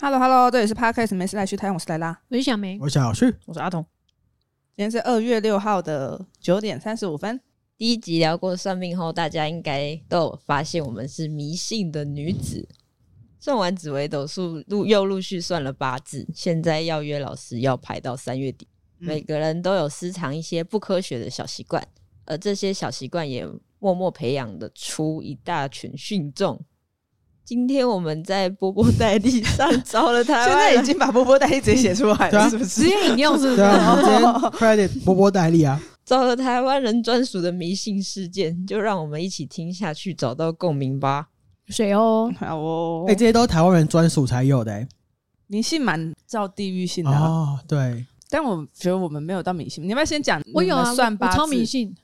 Hello Hello，这里是 Podcast 没事来去太阳，我是莱拉，我是小梅，我想去，我是阿童。今天是二月六号的九点三十五分。第一集聊过算命后，大家应该都有发现，我们是迷信的女子。算完紫微斗数，陆又陆续算了八字，现在要约老师要排到三月底。嗯每个人都有私藏一些不科学的小习惯，而这些小习惯也默默培养的出一大群训众。今天我们在波波代 理上招了台现湾在已人，经把波波带一直写出来对了，啊是不是？直接引用是不对是？啊，我们今天 credit 波波代理啊，招了台湾人专属的迷信事件，就让我们一起听下去，找到共鸣吧。水哦，好哦哎、，这些都是台湾人专属才有的、欸，迷信蛮照地域性的啊，哦，对，但我觉得我们没有到迷信。你要不要先讲？我有啊，算我八超迷字，信，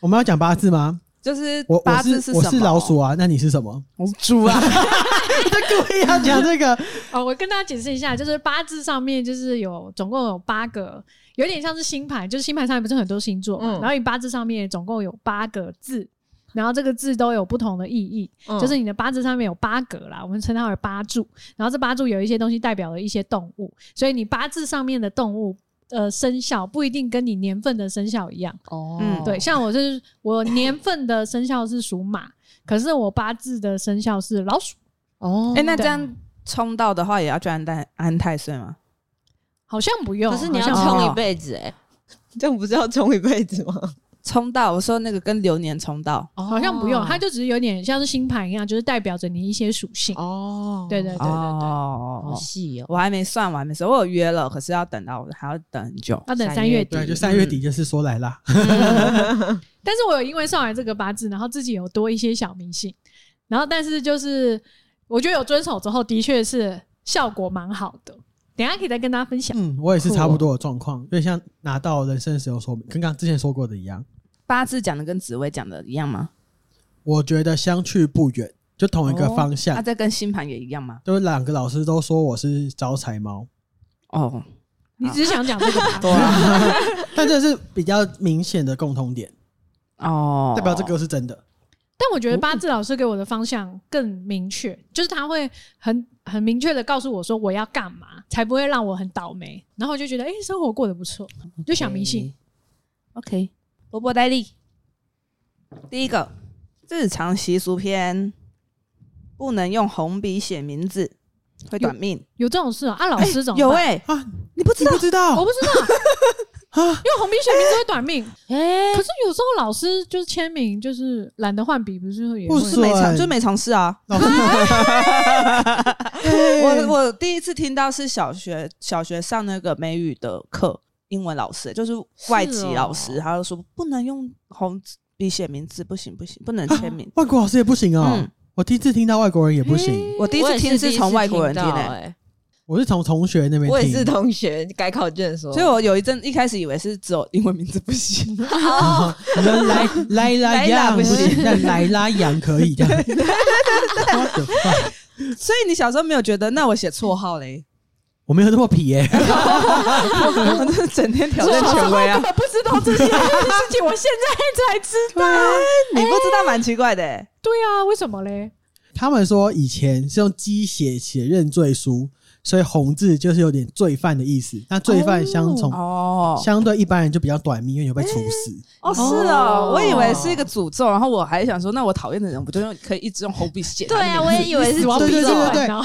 我们要讲八字吗？就是我我八字什是么？我是老鼠，啊，那你是什 么？我是猪啊。故意要讲这 个，哦，我跟大家解释一下，就是八字上面就是有总共有八个，有点像是星盘，就是星盘上面不是很多星座嘛，嗯然后你八字上面总共有八个字，然后这个字都有不同的意义，嗯就是你的八字上面有八格啦，我们称它为八柱，然后这八柱有一些东西代表了一些动物，所以你八字上面的动物。呃，生肖不一定跟你年份的生肖一样，哦嗯对，像我就是我年份的生肖是属马，可是我八字的生肖是老鼠，哦哎，那这对样冲到的话，也要去安泰安泰岁吗？好像不用，可是你要好像冲不冲用一辈子哎、这样不是要冲一辈子吗？冲到，我说那个跟流年冲到。哦好像不用，它就就只是有点像是星盘一样，就是代表着你一些属性。哦对对对对对，哦细哦。我还没算，我还没算，我有约了，可是要等到还要等很久。要等三三月月底底。对，就三月底就是说来啦，但是我有因为算完这个八字，然后自己有多一些小迷信，然后但是就是我觉得有遵守之后，的确是效果蛮好的。等一下可以再跟大家分享。 嗯，我也是哦差不多的状况，有点像拿到人生石油说明，跟刚之前说过的一样，八字讲的跟紫薇讲的一样吗？我觉得相去不远，就同一个方那、向。哦啊这跟星盘也一样吗？都两个老师都说我是招财猫，哦，你只是想讲这个吧？但这是比较明显的共同点，哦，代表这个是真的。但我觉得八字老师给我的方向更明确，就是他会很很明确的告诉我说我要干嘛，才不会让我很倒霉。然后我就觉得，哎、生活过得不错，就想迷信。。 OK，波波戴利，第一个日常习俗篇，不能用红笔写名字，会短命。有这种事啊？啊，老师怎么有办？哎、啊，你不知你道哦不知道我不知道， 因啊为红笔写名字会短命。可是有时候老师就是签名，就是懒得换笔，不是会也不会是没尝，准就是没尝试啊。老师， 我我第一次听到是小学小学上那个美语的课，英文老师就是外籍老师，是哦他就说不能用红笔写名字，不行不行，不能签名。外国老师也不行哦、嗯我第一次听到外国人也不行，诶我第一次听是从外国人听的、哎，我是从同学那边我也是 听，同学改考卷的时候，所以我有一阵一开始以为是只有英文名字不行，你说莱莱莱拉拉羊不不行行，但莱拉羊可以这样。What the fuck？所以你小时候没有觉得那我写绰号嘞？我没有这么痞耶、 我真的整天哎挑我战 小时权候威根啊！本不知道这些 啊事情，我现在才知道。啊你不知道蛮奇怪的、欸，对啊，为什么嘞？他们说以前是用鸡血写认罪书，所以红字就是有点罪犯的意思。那罪犯相从、哦相对一般人就比较短命，因为有被处死。哦是哦，我以为是一个诅咒，然后我还想说，那我讨厌的人不就用可以一直用红笔写他对的啊，名我也以为是死亡对笔对记对对本啊，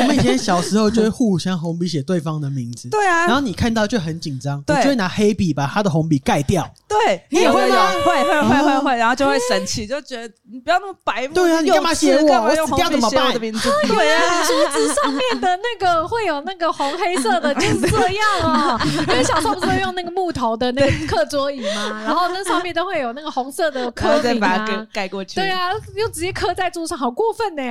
我们以前小时候就会互相红笔写对方的名字字，对啊，然后你看到就很紧张，我对就会拿黑笔把他的红笔盖掉。对，你也有会有吗有会会会会哦会，然后就会生气，就觉得你不要那么白目，对啊，你幼干干嘛写字我？干嘛我用死红掉笔怎么写我办的？名字？ 对啊，桌子上面的那个会有那个红黑色的，就是这样啊。因为小时候不是会用那个木头的那个课桌椅吗？然后那上面都会有那个红色的然刻后再饼 把它啊盖。盖过去。对，啊，又直接刻在桌上，好过 分呢、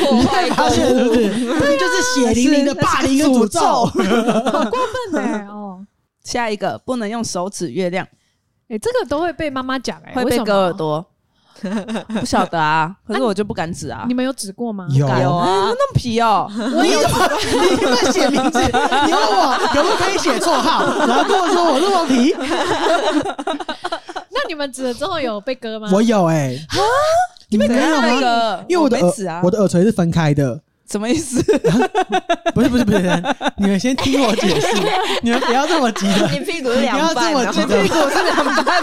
破坏发现了是不公物，是？就是血淋淋的霸凌跟诅咒。好过分 呢、哦，下一个不能用手指月亮，哎、这个都会被妈妈讲哎、会为被什么割耳。朵。不晓得啊，可是我就不敢指啊哎你。们有指过吗？有有啊，那么皮哦，我有， 你有没有写名字？你问我可不可以写绰号，然后跟我说我那么皮，那你们指了之后有被割吗？我有哎、你们没有那吗？个，因为我的没指耳、啊我，的耳垂是分开的，什么意思？不是不是不是，你们先听我解释，你们不要这么急着，你你屁股是不要凉这拌么急的，着，我是两半吗？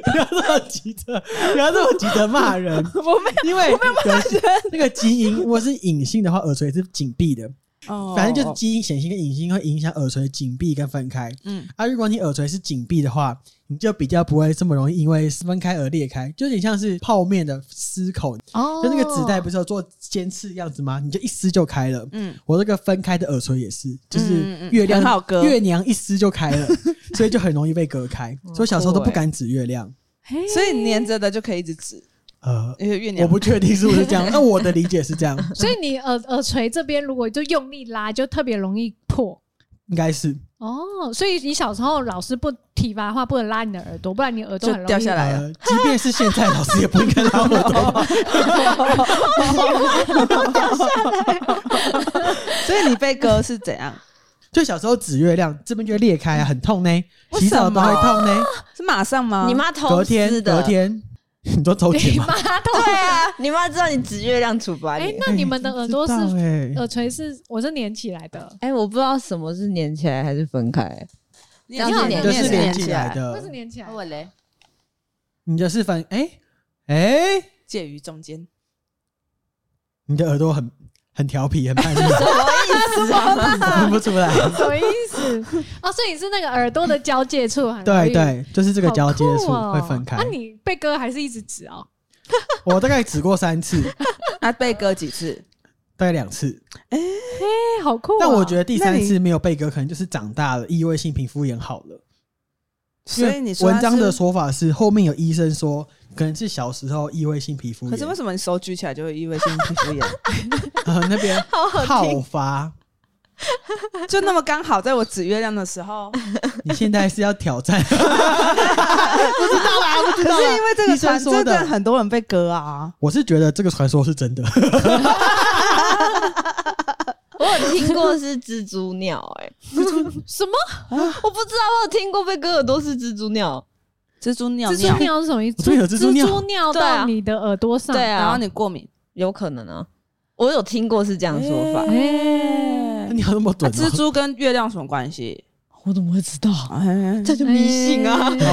不要这么急着，不要这么急着骂人，我没因 为我没有骂人。那个基因，如果是隐性的话，耳垂是紧闭的，有反正就是基因显性跟隐性会影响耳垂紧闭跟分开。嗯，啊，如果你耳垂是紧闭的话，你就比较不会这么容易因为分开而裂开，就有点像是泡面的撕口，哦就那个纸袋不是有做尖刺样子吗？你就一撕就开了。嗯我这个分开的耳垂也是，就嗯嗯是嗯月亮、很好割月娘一撕就开了， 所以就很容易被割开。哦所以小时候都不敢指月亮。嘿所以粘着的就可以一直指，呃，因为月我亮不确定是不是这样，那我的理解是这样，所以你耳耳垂这边如果就用力拉，就特别容易破。应该是哦，所以你小时候老师不体罚的话，不能拉你的耳朵，不然你耳就朵很容易掉下来 了。呃，即便是现在老师也不应该拉我的头发。所以你被割是怎样？就小时候指月亮这边就会裂开啊，很痛呢，为洗澡什都么会痛呢。是马上吗？你妈偷隔吃天，隔的，天，你都抽血你吗？妈都对啊，你妈知道你指月亮处罚哎、你。 那你们的耳朵是哎不知道 哎耳垂是我是粘起来的，哎、我不知道什么是粘起来还是分开，你这样子就就是是连连起来，呃那是的，粘起来。我嘞，你就是反哎哎，介于中间。你的耳朵很很调皮，很叛逆，什么意思啊？ 分不出来。什么意思？哦，所以是那个耳朵的交界处很容易对对，就是这个交接处好酷哦会分开那、。你被割还是一直指哦？我大概指过三次，他被割几次？大概两次，哎、好酷、哦！但我觉得第那三你次没有被割，可能就是长大了，异位性皮肤炎好了。因所为以你说他文是章的，说法是，后面有医生说，可能是小时候异位性皮肤炎，可是为什么你手举起来就会异位性皮肤炎？ 呃 那边好发。就那么刚好在我指月亮的时候，你现在是要挑战？不知道啦，不可知道啦。是因为这个医生传说真的的，很多人被割啊。我是觉得这个传说是真的。我有听过是蜘蛛尿、哎，什么我不知道，我有听过被割耳朵是蜘蛛尿，蜘蛛尿蜘尿蛛，尿是什么意思？我这边有蜘蛛尿对啊到你的耳朵上，对然后啊，你过敏，有可能啊，我有听过是这样说 法，哎 你要那么啊准、哦？蜘蛛跟月亮有什么关系？我怎么会知道？哎这就迷信啊！哎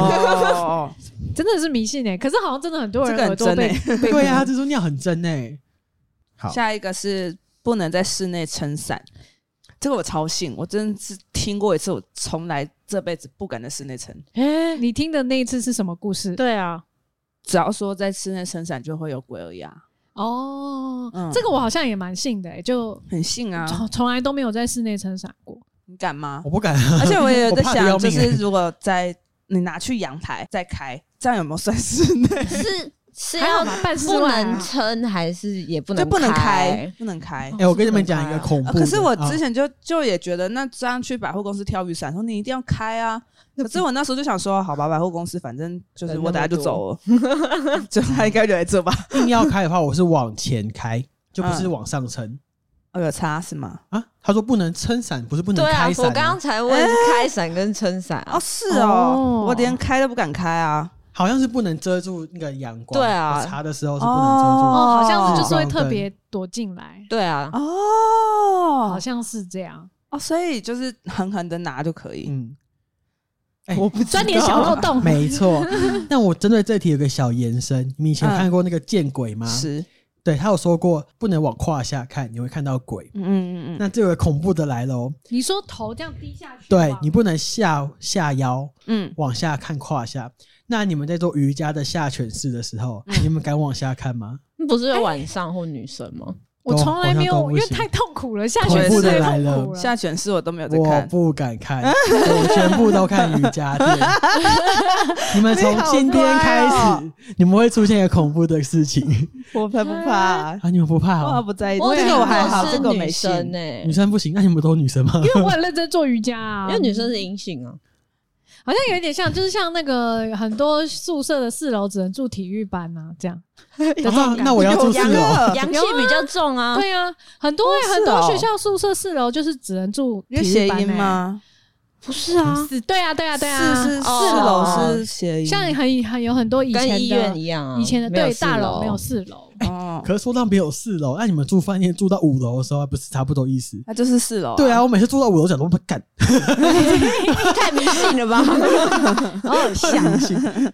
哦，真的是迷信哎、可是好像真的很多这人个耳很朵真被、 诶。被对啊，蜘蛛尿很真哎、好下一个是不能在室内撑伞，这个我超信，我真的是听过一次，我从来这辈子不敢在室内撑。哎、你听的那一次是什么故事？对啊，只要说在室内撑伞，就会有鬼而已啊，哦，嗯这个我好像也蛮信的、欸，就很信啊，从从来都没有在室内撑伞过。你敢吗啊我？不敢。而 且我也有我在怕得要想，命就是如果在你拿去阳台再开，这样有没有算室内？哎是是还好要吧半室不外啊能撑还是也不能就不能开开？，嗯不能开。哎、我跟你们讲一个恐啊怖的、可是我之啊前就就也觉得，那这样去百货公司挑雨伞，说你一定要开啊。可是我那时候就想说，好吧，百货公司反正就是人我那等下么就多走了， 就他应该留在这吧。啊硬要开的话，我是往前开，就不是往上撑、哦，有差是吗？啊。他说不能撑伞，不是不能对啊开，我伞、刚刚才问开伞跟撑伞啊哦，，是哦，哦我连开都不敢开啊。好像是不能遮住那个阳光。对啊我查的时候是不能遮住。哦哦，好像是就是会特别躲进来，对啊，嗯好哦，像是这样。哦，所以就是狠狠的拿就可以。嗯，哎我不知道啊钻点小漏 洞，没错。但我针对这题有个小延伸，你们以前嗯看过那个见鬼吗？是对他有说过，不能往胯下看，你会看到鬼。嗯嗯嗯那这个恐怖的来了哦，你说头这样低下去，对你，不能下下腰嗯，往下看胯下。那你们在做瑜伽的下犬式的时候，嗯你们敢往下看吗？不是有晚上或女生吗？我从来没好像有，都因不行为太痛苦了，下恐雪怖是的太来了痛苦了。下犬式我都没有在我看，不敢看，我全部都看瑜 伽垫。你们从今天开你好哦乖始，你们会出现一个恐怖的事情我才不怕，啊！你们不怕我哦？不在意。我哎这个我还好，是这个我没女信。生欸女生不行，那你们都是女生吗？因为我很认真做瑜伽啊， 因为女生是阴性啊，好像有一点像，就是像那个很多宿舍的四楼只能住体育班啊，这样。哎啊那我要住四楼，阳气比较重啊。对啊，很多、欸哦很是哦多学校宿舍四楼就是只能住体因为谐育班、欸、音？吗？不是啊，是，对啊，对啊，对啊，是是四楼哦是谐音，像很很有很多以前跟的医院一样啊。以前的没有对四大楼没有四楼，哦， 可是说到没有四楼，那你们住饭店住到五楼的时候，还不是差不多意思？那就是四楼。对啊，，我每次住到五楼讲都不敢，太迷信了吧？好相信。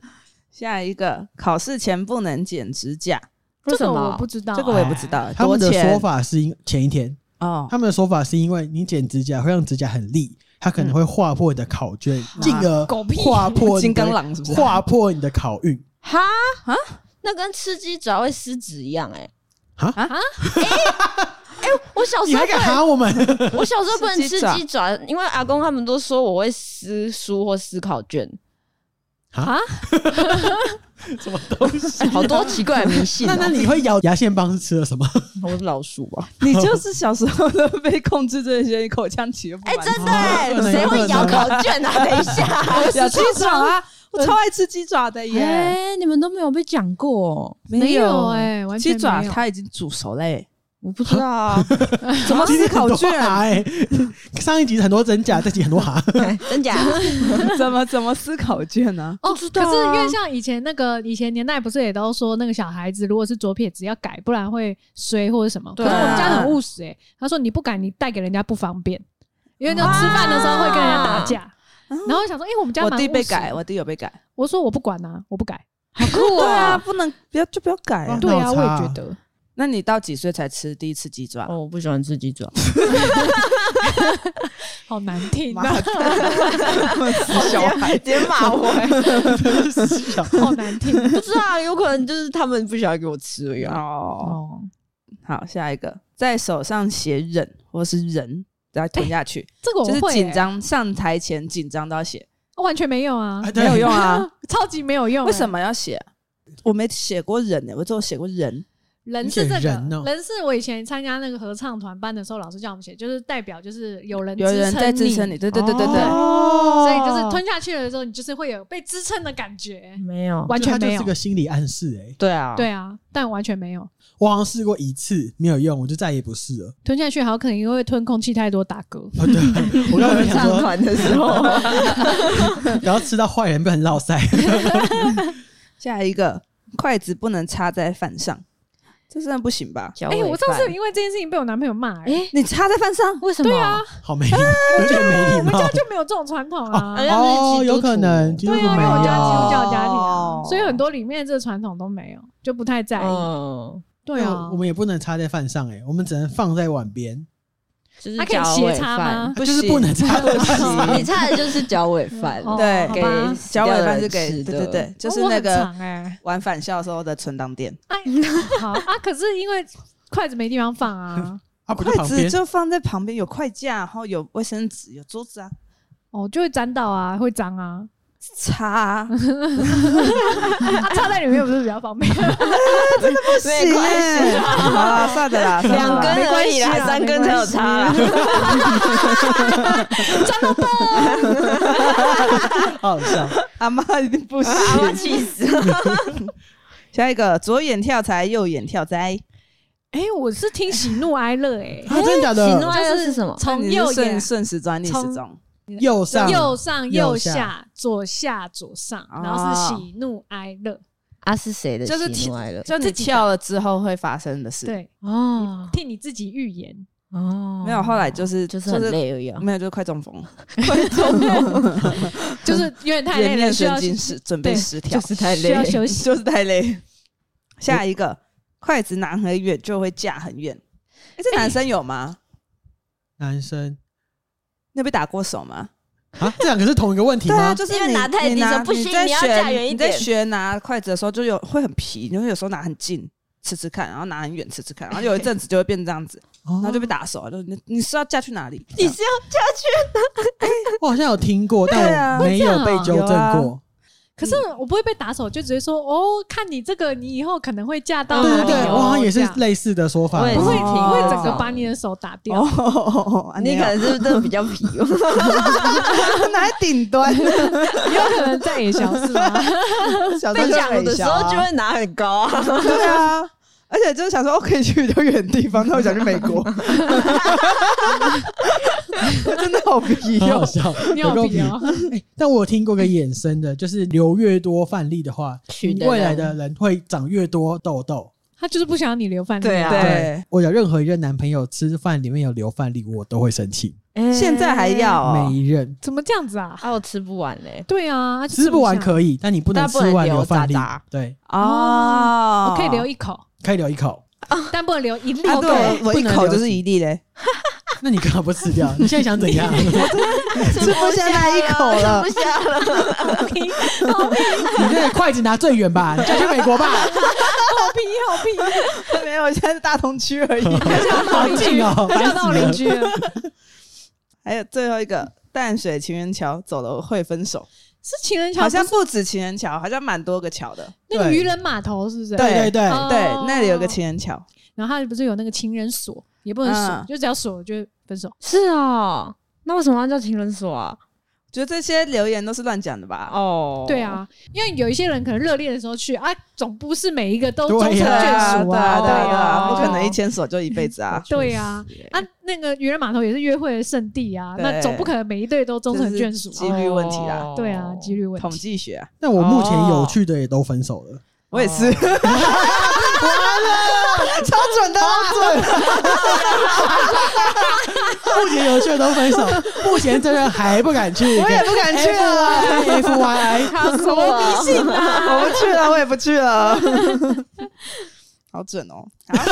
下一个考试前不能剪指甲，这个我不知道、这个我也不知道。哎他们的多钱说法是因前一天，哦，他们的说法是因为你剪指甲会让指甲很利，它可嗯能会划破你的考卷，进而狗屁划破你啊金刚的狼是不是？划破你的考运。哈哈，那跟吃鸡爪会失职一样哎、哈啊！哎、我哦小你时候还敢不喊我们？ 能，我小时候不能吃鸡吃爪鸡爪，因为阿公他们都说我会撕书或撕考卷，啊， 什么东西？啊欸好多奇怪的迷信、那哦那你会咬牙线帮是吃了什么？啊我是老鼠吧？你就是小时候的被控制这些，你口腔起伏。哎、真的、有可欸，能谁会咬考卷啊？等一下，有鸡爪啊，我超爱吃鸡爪的耶。哎你们都没有被讲过、哦没有哎、完全鸡爪没有它已经煮熟嘞，我不知道啊，怎么今撕天很考多卷？蛤欸上一集很多真假，这集很多蛤。真假？怎么怎么撕考卷呢？哦，道啊可是因为像以前那个以前年代，不是也都说那个小孩子如果是左撇子要改，不然会衰或者什么。可对是啊我们家很务实哎、他说你不改，你带给人家不方便，因为就吃饭的时候会跟人家打架。然后我想说，哎、我们家啊我蛮弟被务实的改，我弟有被改。我说我不管啊，我不改。好酷 啊！对啊，不能不要就不要改啊啊。哦对那啊，我我差啊也觉得。那你到几岁才吃第一次鸡爪？哦，我不喜欢吃鸡爪，好难听妈 啊，小孩直接骂我、欸好难听不知道、有可能就是他们不想给我吃而已啊。哦。哦。好，下一个，在手上写忍或是人，然后吞下 去， 这个我就是会、欸，紧张，上台前紧张都要写，我完全没用啊，哎对 没有用啊。 超级没有用、欸为什么？么要写啊？我没写过忍呢，我只有写过人。人是这你个写人哦人是我以前参加那个合唱团班的时候，老师叫我们写，就是代表就是有人有人在支撑你，对对对对对，哦所以就是吞下去了之后，你就是会有被支撑的感觉，没有，完全嗯就没它就是有。个心理暗示哎、对啊，对啊，但完全没有我好像试过一次没有用，我就再也不试 了。吞下去，好可能因为吞空气太多打嗝。哦，对，我刚刚想上说，团的时 候，然后吃到坏人被很落塞， 下一个筷子不能插在饭上，这真的不行吧？哎哎、我上次因为这件事情被我男朋友骂、欸，哎、你插在饭上，为什么？对啊，好没礼貌，我觉得没礼貌。就没有这种传统啊。哎他们是基督哦，徒有可能，基督对徒啊，因为没我家基督有。教家庭啊哦，所以很多里面这个传统都没有，就不太在意。嗯，对啊，我们也不能插在饭上哎、我们只能放在碗边，啊就是它可以斜插吗？？不就是行不能插 在饭上。 你差的就是脚尾 饭，哦对好给吧死小掉尾的饭是人给吃对的对对，就是哦我那很个长哎，玩返校时候的存档店，哎， 好啊，可是因为筷子没地方放啊， 啊，不就筷旁子边？就放在旁边，有筷架，然后有卫生纸，有桌子啊，哦，就会沾到啊，会脏啊，插 啊，啊插在里面不是比较方便？不行没关系啊欸，好啦，算的 啦，算了两啦根而已没关系啦，啊三根才有差啦。啊好笑。 啊阿妈一定不行。啊我气死了！下一个，左眼跳财，右眼跳灾， 哎，我是听喜怒哀乐，哎，啊，真的假喜怒的？哀乐是什么？从你是右眼顺顺时钟，逆时钟，右上右上右右下左下左上，哦然后是喜怒哀乐， 啊，是谁的就是喜怒哀乐？就你自己的跳了之后会发生的事。，对，哦替你自己预言。哦没有，后来就是就是很累而已啊。没有，就是快中 风，就是有点太 累颜了，面需要神经失准备 对失调，是太需要休息。就是太累。下一个，筷子拿很远就会架很远。哎、这男生有吗？男生你有被打过手吗？啊，这两个是同一个问题对啊，吗？就是因为你拿太低你拿手不行在你要学架远一你在点学拿筷子的时候，就有会很皮，你会有时候拿很近吃吃看，然后拿很远吃吃看，然后有一阵子就会变这样 子，哦然后就被打手啊了。就你你是要架去哪里？你是要下去？我好像有听过，对但啊我没会这有样被哦纠正有啊过。可是我不会被打手，就直接说哦，看你这个，你以后可能会嫁到嗯对哪对里对，哦我好像也这是样类似的说法。我也不会，哦不会整个把你的手打掉。哦，你可能是真的比较皮，哦能 拿在顶端，也有可能在也小事吗？小 啊被时候讲的时候就会会拿很 高啊。对啊。而且就是想说，我哦可以去比较远的地方，那我想去美 国，真的好皮很好哦！ 笑，你有够病哦！哎但我有听过个衍生的，就是留越多范例的话，取得未来人的人会长越多痘痘。他就是不想让你留饭对啊对，我有任何一任男朋友吃饭里面有留饭粒，我都会生气。现在还要哦每一任怎么这样子啊？啊，我吃不完嘞，对啊，吃不完下可以，但你不能但吃不能完留留饭粒渣渣。对，哦，啊我可以留一口，可以留一口。但不能留一粒。哦啊，对 对我我不一能口留就是几一粒嘞，那你干嘛不吃掉？你现在想怎样？你啊吃不下那一口了 吃不下了。好皮，好皮，这个筷子拿最远吧，你就去美国吧。好皮，好皮，没有，现在是大同区 而已。到好邻近居，哦，他想到我烦死了邻居了。还有最后一个淡水情人桥走了会分 手，是情人桥，好像不是不止情人桥，好像蛮多个桥的。那个对渔人码头，是不是？对对对，哦对，那里有个情人桥，然后他不是有那个情人锁，也不能锁嗯，哦就只要锁了就分手。是啊，那为什么要叫情人锁啊？觉得这些留言都是乱讲的吧？哦，对，啊，因为有一些人可能热恋的时候去啊，总不是每一个都对终成对眷啊，属对啊，对对啊，啊，不可能就一牵手就一辈子啊。对啊，啊，那个渔人码头也是约会的圣地啊，对那总不可能每一对都终成眷属就是啊。几率问题啦哦对啊，几率问统题。计学啊，但我目前有趣的也都分手了。我也是，超准的啊，目前有趣的都分手，目前这任还不敢去。我也不敢去了， F Y I，他说迷信我不去了，我也不去了。好准哦！好，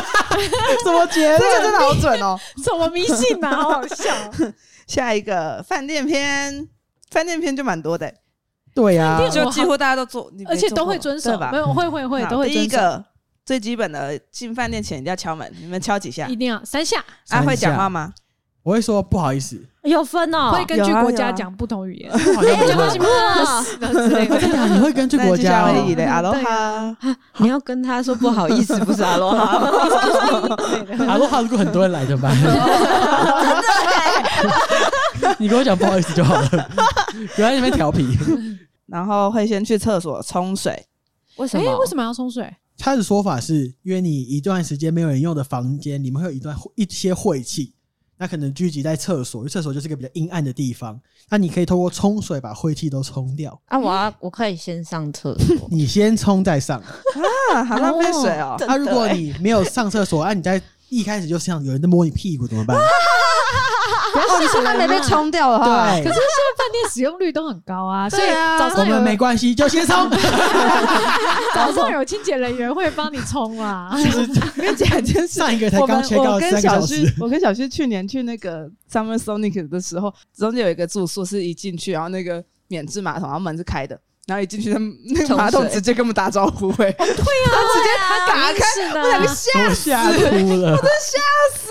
什么结这个论？真的好准哦。 什么迷信啊？好好笑哦。下一个饭店篇，饭店篇就蛮多的、对呀，饭店就几乎大家都做，你没而且做都过会遵守啊对，吧没？有会会会好都会第一遵守。个最基本的，进饭店前一定要敲门，你们敲几下一？定要三下，啊，三会讲下话吗？我会说不好意思，有分哦会根据有啊国有家啊讲不同语言，好像不有会。吗？之 类的。对呀，啊你会根据那国去家夏哦威夷的阿罗对哈，你要跟他说不好意思，不是阿罗哈， 啊，如果如果很多人来怎么办？你跟我讲不好意思就好了，不要在那边调皮。然后会先去厕所冲水，为什哎，么？为什么要冲水？他的说法是，因为你一段时间没有人用的房间，里面会有一段一些晦气，那可能聚集在厕所，因为厕所就是一个比较阴暗的地方。那你可以透过冲水把晦气都冲掉，，啊？我要我可以先上厕所 你先冲再上。啊，好浪费水哦。啊那、如果你没有上厕所，啊，你在一开始就像有人在摸你屁股怎么办？哦，你说他没被冲掉的话，对，可是现在饭店使用率都很高啊，所以对啊 早我上们没有关系，就 先冲。早上有清洁人员会帮你冲啊。我跟你讲一件事。上一个才我刚们切我到三跟个小小旭时，，我跟小旭去年去那个 Summer Sonic 的时候，中间有一个住宿是一进去，然后那个免治马桶，然后门是开的，然后一进去，他 们那个冲马桶水直接跟我们打招呼、欸，哎， 打开是呢，我吓哭了。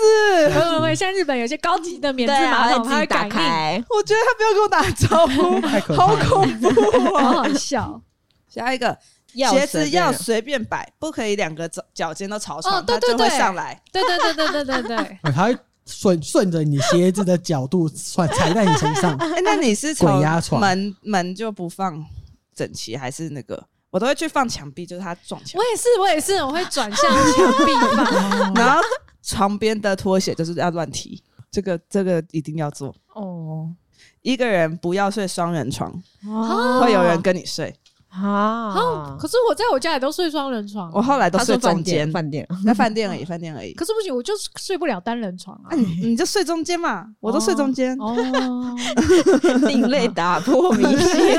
是，会不会像日本有些高级的免对治马啊，桶，自它己会打感应，开。我觉得他不要跟我打招呼， 太可怕好了恐怖好哦、好笑。下一个，钥匙鞋子要这样随便摆，不可以两个脚脚尖都朝哦上，对它对就会对上来。对对对对对对对，它会顺顺着你鞋子的角度算踩在你身上。哎，那你是滚从压床门门就不放整齐，还是那个？我都会去放墙壁，就是它撞墙我。也是，我也是，我会转向墙壁放。然后床边的拖鞋就是要乱踢，这个这个一定要做。哦，一个人不要睡双人床，啊会有人跟你睡。啊啊！可是我在我家里都睡双人床，我后来都他睡说中饭间店，，饭店在饭店而已，饭店而已。 可是不行，我就是睡不了单人床啊啊，。你你就睡中间嘛，我都睡中间。 哦，另类打破迷信，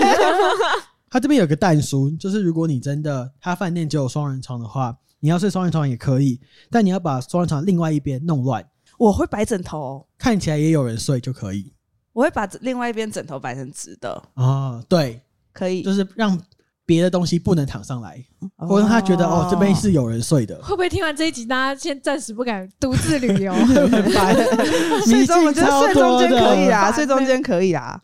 它这边有个蛋书，就是如果你真的他饭店只有双人床的话，你要睡双人床也可以，但你要把双人床另外一边弄乱， 我会摆枕头哦，看起来也有人睡就可以我会把枕另外一边枕头摆成直的，啊。对，可以，就是让别的东西不能躺上来，或者让他觉得哦这边是有人 睡的，会不会听完这一集，大家先暂时不敢独自旅 游？很烦。睡迷中，我觉信得超睡中多间可以啊的，啦，很烦睡中间可以啦。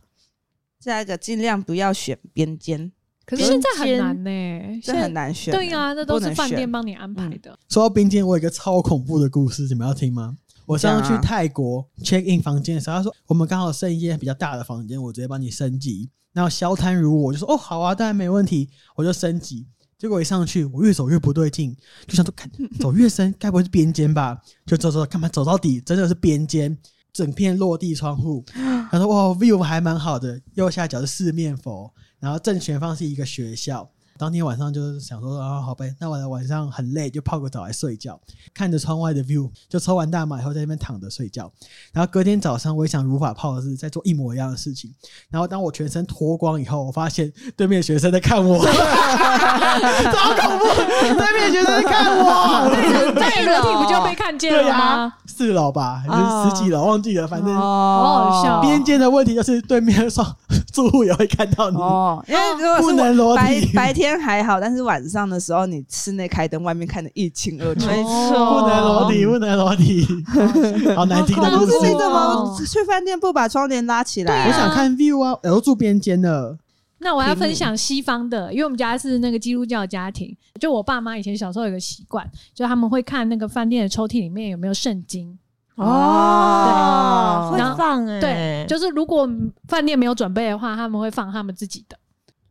下一个尽量不要选边间，可是现在很中间难呢、这现在很难选欸。对啊，那都不是能饭选店帮你安排的。说到冰间，我有一个超恐怖的故事，你们要听吗？我上次讲去啊泰国 check in 房间的时候，他说我们刚好剩一间比较大的房间，我直接帮你升级。然后消摊如我，我就说哦好啊，当然没问题，我就升级。结果一上去，我越走越不对劲，就想说，看走越深，该不会是边间吧？就走走，干嘛走到底？真的是边间，整片落地窗户。他说哇，view 还蛮好的，右下角是四面佛，然后正前方是一个学校。当天晚上就是想说啊，好呗，那我晚上很累，就泡个澡来睡觉，看着窗外的 view，就抽完大麻以后在那边躺着睡觉。然后隔天早上，我也想如法炮制，在做一模一样的事情。然后当我全身脱光以后，我发现对面的学生在看我， 超恐怖！对面的学生在看我，在楼梯不就被看见对了啊吗？，四楼吧还哦是十几楼，忘记了，反正哦好好笑边间的问题就是对面的双住户也会看到你。哦，因为如不果能是裸我体白白天还好，但是晚上的时候，你室内开灯，外面看得一清二楚。没哦错，不能裸体，不能裸体，好难听的好恐怖不故是你事哦。怎么去饭店不把窗帘拉起来、我想看 view 啊，我都住边间的，那我要平民分享西方的，因为我们家是那个基督教家庭，就我爸妈以前小时候有个习惯，就他们会看那个饭店的抽屉里面有没有圣经。哦会然后放哎，对，就是如果饭店没有准备的话，他们会放他们自己的。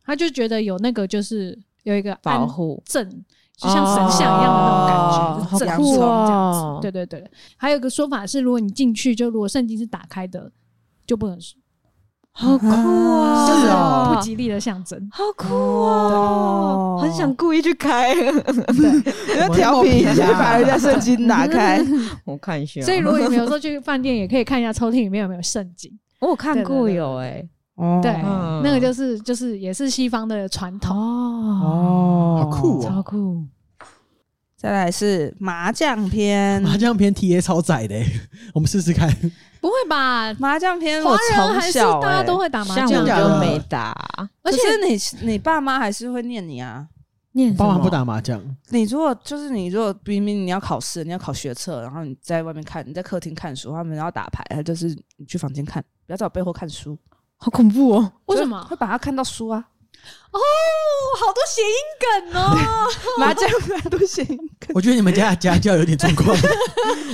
他就觉得有那个就是有一个安保护，正，就像神像一样的那种感觉，哦就是正好冲酷这样子。哦对对对，还有一个说法是，如果你进去，就如果圣经是打开的，就不能睡，好酷啊！是哦不吉利的象 征。好酷哦，很想故意去开。啊你要调皮一下， 把人家圣经打 开。我看一下所以如果你们有 时候去饭店，也可以看一下抽屉里面有没有圣经。我有看过对对对有哎，哦对，嗯那个就是就是也是西方的传统。哦，哦好酷哦超酷，再来是麻将篇，麻将片 T A 超窄的 欸，我们试试看。不会吧？麻将篇华我人从还是小、欸、大家都，会打麻像将我假就的没打，而且你你爸妈还是会念你啊。念爸妈不，打麻将，你如果就是你如果明明你要考试，你要考学测，然后你在外面看，你在客厅看书，他们要打牌，他就是你去房间看，不要在我背后看书。好恐怖哦！为什就么会？把他看到书啊？哦，好多谐音梗哦。麻将牌都行。我觉得你 们家的家教有点状况。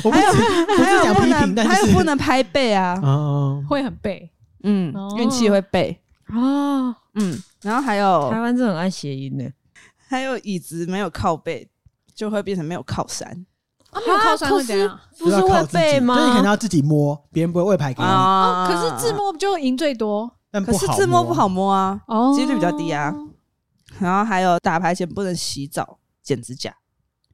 我不还有是不还是有想不批评，能但还有是不能拍背啊，哦，会很背，嗯哦，运气会背，啊，嗯，然后还有台湾真的很爱谐音呢。还有椅子没有靠背，就会变成没有靠山啊，没有靠山会怎样？不是就要靠会自己背吗？就是你可能要自己摸，别人不会喂牌给你，啊哦，可是自，摸不就赢最多但可不是好自摸不好。摸啊，哦几率比较低啊。然后还有打牌前不能洗澡、剪指甲，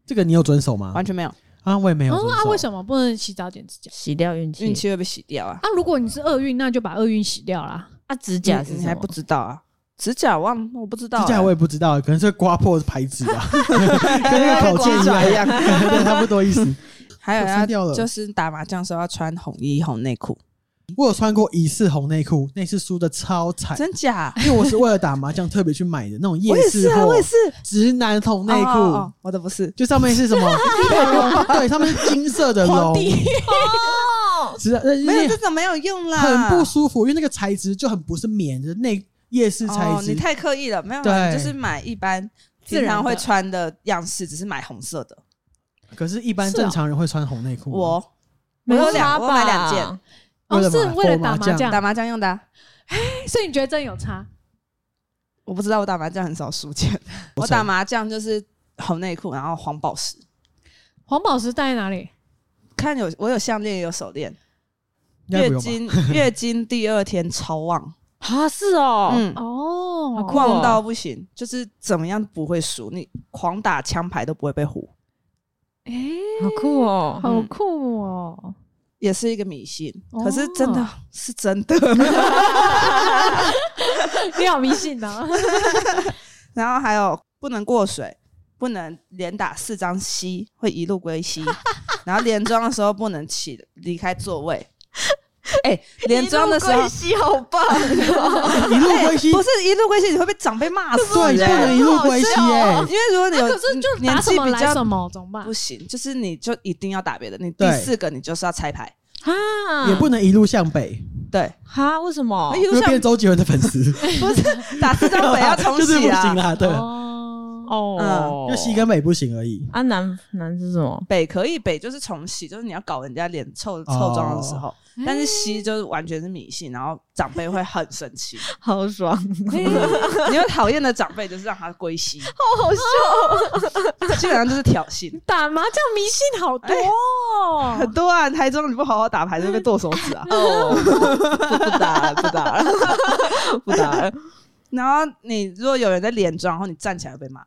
这个你有遵守吗？完全哦没有，啊，我也没有遵嗯啊，守。为什么不能洗澡剪指甲？洗掉运气运气会被洗掉啊。啊，如果你是厄运，那就把厄运洗掉啦。啊，指指甲是你什还么不知道啊？指甲忘我不知道欸，指 甲我也不知道，可能是刮破牌子吧，跟那个口跟剑鸡一爪一样，样。 对差不多意思。还有我删掉要了就是打麻将的时候要穿红衣红内裤，我有穿过一次红内裤，那次输的超惨，真 假？因为我是为了打麻将特别去买的那种夜我也是市啊，货我也，是直男红内哦哦裤哦，我的不是。就上面是 什么？对，上面是金色的皇龙， 帝哦直呃没有那这种没有用啦，很不舒服，因为那个材质就很不是棉的那夜市材哦，你质，太刻意了，没有，对你就是买一般自平然常会的穿的样式，只是买红色的。可是，一般是哦正常人会穿红内裤吗。啊我没我有有两，差我买两吧件，哦，是为了打打麻将将，打麻将用的啊。所以你觉得真有差？我不知道，我打麻将很少输钱，我打麻将就是红内裤，然后黄宝石。黄宝石戴在哪里？看有我有项链也有手链，应该月不用吧？经月经第二天超旺，啊，是哦，嗯，哦，好酷哦旺到不行，就是怎么样不会输，你狂打枪牌都不会被唬，哎，好酷哦，好酷哦！也是一个迷信，哦可是真的是真的。 你好迷信呐！啊然后还有不能过水，不能连打四张吸，会一路归 西。然后连庄的时候不能起离开座位。 哎、连庄的时候一路归西好棒哦，一路归西哎，不是一路归西，你会被长辈骂死、对，哎不能一路归西哎因。为如果你有嗯啊可是就年打什纪么比来较什么，怎么办不？行，就是你就一定要打别的，你第对四个你就是要拆牌， 哎哈欸也不能一路向北，对，哈，为什么那？一路会变向周杰伦的粉丝。不是打四张北要重 就是不洗行啊，啦，对，哦，哦，就西跟北不行而已。 啊南南是什么？北可以北就是重洗，就是你要搞人家脸臭臭妆的时候，但是西就是完全是迷信，然后长辈会很生气，好爽， 因为讨厌的长辈就是让他归西，好好 笑，基本上就是挑衅。打麻将迷信好多 哦 很多啊，台中你不好好打牌就被剁手 指啊！哦，不不打了，不打了，不打了。然后你如果有人在连庄，然后你站起来会 被骂，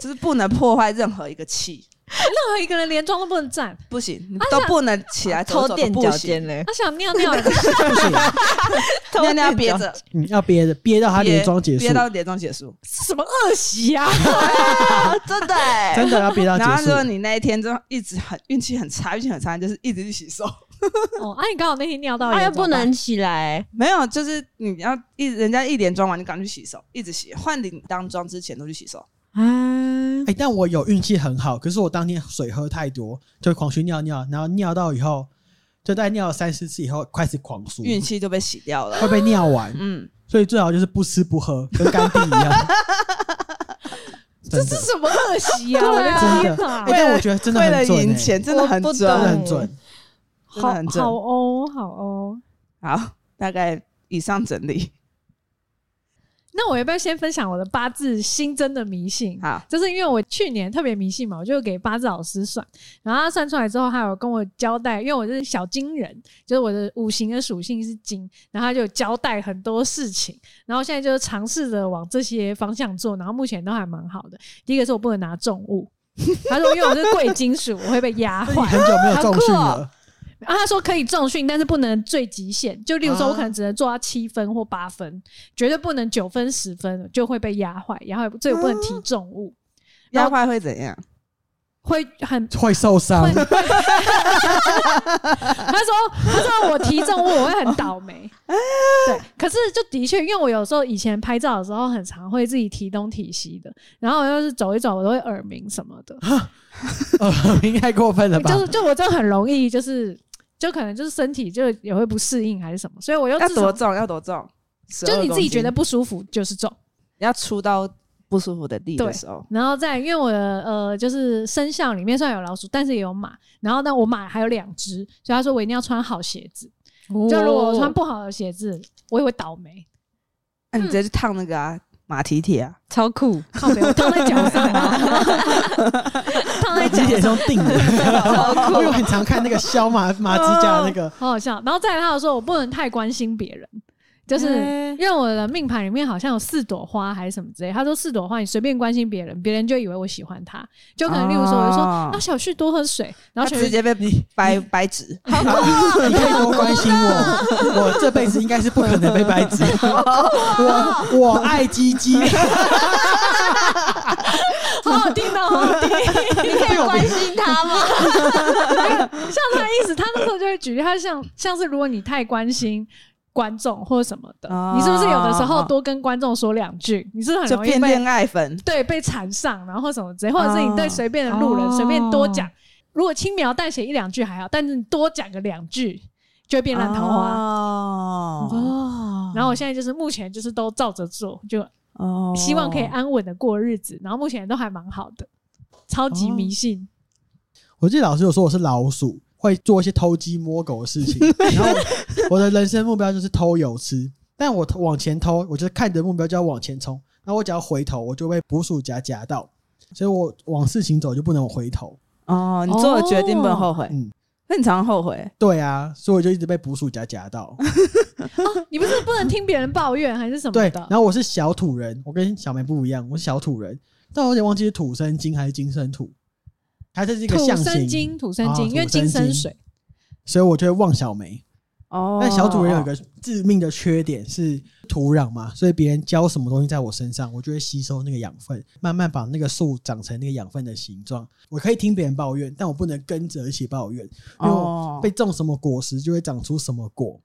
就是不能破坏任何一个气，任何一个人连庄都不能站，不行，你都不能起来走啊走偷都垫不脚尖行，嘞，他想尿尿也不行，不行，尿尿憋着，你要憋着，憋到他憋连庄结束憋，到连庄结束。是什么恶习啊？ 真的哎 真的欸要憋到然后结如果束。你那一天就一直很运气很差，运 气很差，就是一直去洗手， 哦，啊，你刚好那天尿到，哎呀，不能，起来，没有，就是你要一人家一连装完，你赶快去洗手，一直洗，换领当装之前都去洗手。哎，哎，但我有运气很好，可是我当天水喝太多，就狂去尿尿，然后尿到以后，就在尿了三四次以后开始狂输，运气就被洗掉了。会被尿完，嗯，所以最好就是不吃不喝，跟干地 一样。这真是的，什么恶习啊？我对的啊真天的，哪哎，，但我觉得真的为了很准赢欸，钱真的很我不真的懂准。真很准。的很好正好哦，好哦。好，大概以上整理。那我要不要先分享我的八字新增的迷信？好，就是因为我去年特别迷信嘛，我就给八字老师算，然后他算出来之后，他有跟我交代，因为我是小金人，就是我的五行的属性是金，然后他就有交代很多事情，然后现在就是尝试着往这些方向做，然后目前都还蛮好的。第一个是我不能拿重物，他说因为我是贵金属，我会被压所以你坏。很久没有重训好哦酷了，然后他说可以重训，但是不能最极限。就例如说，啊我可能只能做到七分或八分，绝对不能九分、十分，就会被压坏。然后所以我不能提重物，压坏会怎样？会很。会受伤会， 他说：“他说我提重物我会很倒霉。对，可是就的确，因为我有时候以前拍照的时候，很常会自己提东提西的，然后要是走一走，我都会耳鸣什么的。 呃，应该过分了吧？就是就我真的很容易，就是就可能就是身体就也会不适应还是什么，所以我又要自从多重？要多重？就你自己觉得12公斤不舒服就是重，要出到不舒服的地的对时候，然后再因为我的呃就是生肖里面虽然有老鼠，但是也有马，然后但我马还有两只，所以他说我一定要穿好鞋子，就如果我哦穿不好的鞋子，我也会倒霉，那你直接去烫那个啊，马蹄铁啊，超酷，靠北我烫在脚上啊，烫在几 脚点上，钟定 的？因为我很常看那个削马马指甲的那个， 好好笑。然后再来他有说我不能太关心别人，就是。因为我的命盘里面好像有四朵花还是什么之类，他说四朵花，你随便关心别人，别人就以为我喜欢他，就可能例如说，我就说哦啊小旭多喝水，他然后小直旭接被 掰掰直。你可以多关心我，我这辈子应该是不可能被掰直。我我爱鸡鸡，好好听哦，好好听。你可以关心他 吗？像他的意思，他那时候就会举例，他像像是如果你太关心观众或什么的，哦你是不是有的时候多跟观众说两句，你是不是很就容易变被恋爱粉，对被缠上，然后什么之类，或者是你对随便的路人哦随便多讲，如果轻描淡写一两句还好，但是你多讲个两句就会变烂桃花。哦哦然后我现在就是目前就是都照着做，就哦希望可以啊安稳的过日子，然后目前都还蛮好的，超级迷信。我记得老师有说我是老鼠，会做一些偷鸡摸狗的事情。然后我的人生目标就是偷有吃，但我往前偷，我就看着目标就要往前冲。那我只要回头，我就被捕鼠夹夹到，所以我往事情走就不能回头。哦，你做了决定不能后悔，哦嗯，那你常常后悔，对啊，所以我就一直被捕鼠夹夹到。你不是不能听别人抱怨还是什么哦对，的然？后我是小土人，我跟小梅不一样，我是小土人，但我有点忘记是土生金还是金生土，还是这个土象生形，金，土生啊金，因为土生金生金水。所以我就会望小梅。哦，但小主人有一个致命的缺点是土壤嘛，所以别人浇什么东西在我身上，我就会吸收那个养分，慢慢把那个树长成那个养分的形状。我可以听别人抱怨，但我不能跟着一起抱怨，因为我哦被种什么果实就会长出什么果。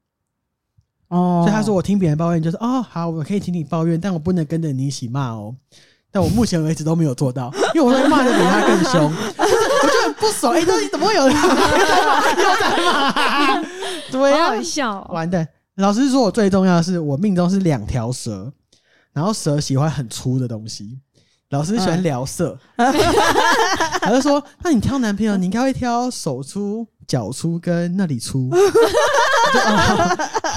哦，所以他说我听别人抱怨就是哦好，我可以听你抱怨，但我不能跟着你一起骂哦。但我目前为止都没有做到， 因为我会骂的比他更凶， 我就很不爽。哎、到底怎么会有人又在骂？ 对好啊好，笑哦、完蛋！老师说我最重要的是我命中是两条蛇，然后蛇喜欢很粗的东西。老师喜嗯欢 聊色，他就说：“那你挑男朋友，你应该会挑手粗、脚粗跟那里粗。 我就”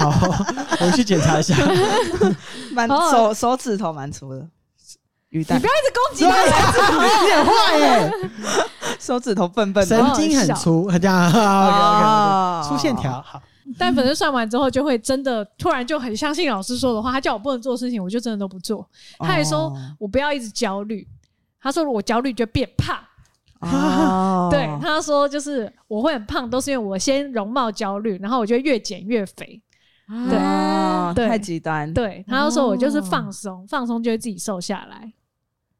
哦好，我去检查一下。蛮哦手手指头蛮粗的，鱼你蛋不要一直攻击对他，啊，你很坏耶， 手指头笨笨的好神好经很笑粗，很 这样。OK，OK，OK，哦粗线条，好，但反正算完之后，就会真的突然就很相信老师说的话。他叫我不能做的事情，我就真的都不做。他还说我不要一直焦虑，他说我焦虑就变胖。 哦对，他说就是我会很胖，都是因为我先容貌焦虑，然后我就越减越肥。对哦对太极端，对，他就说我就是放松，放松就会自己瘦下来。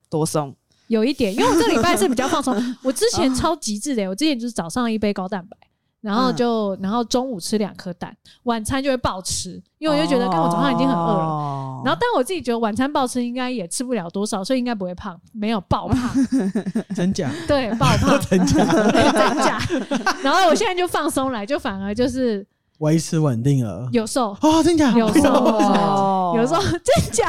多松有一点，因为我这礼拜是比较放松。我之前超极致的，我之前就是早上一杯高蛋白，然后就、然后中午吃两颗蛋，晚餐就会暴吃，因为我就觉得，看、我早上已经很饿了。了然后，但我自己觉得晚餐暴吃应该也吃不了多少，所以应该不会胖，没有爆 胖，真假？对，爆胖 真假？再加。然后我现在就放松来，就反而就是维持稳定了。有瘦，哦，真假？有时 候哦有瘦， 真假，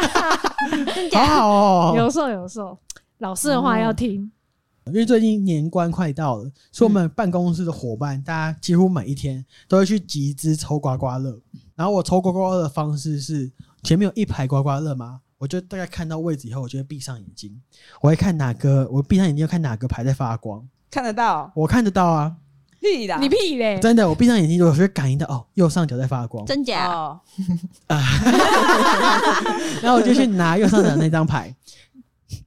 好好哦。有瘦有瘦。老师的话要听，因为最近年关快到了，所以我们办公室的伙伴，大家几乎每一天都会去集资抽刮刮乐。然后我抽刮刮乐的方式是，前面有一排刮刮乐嘛，我就大概看到位置以后，我就会闭上眼睛，我会看哪个，我闭上眼睛要看哪个牌在发光，看得到，我看得到啊，屁啦，你屁嘞！真的，我闭上眼睛，我就会感应到哦，右上角在发光，真假？哦，然后我就去拿右上角那张牌，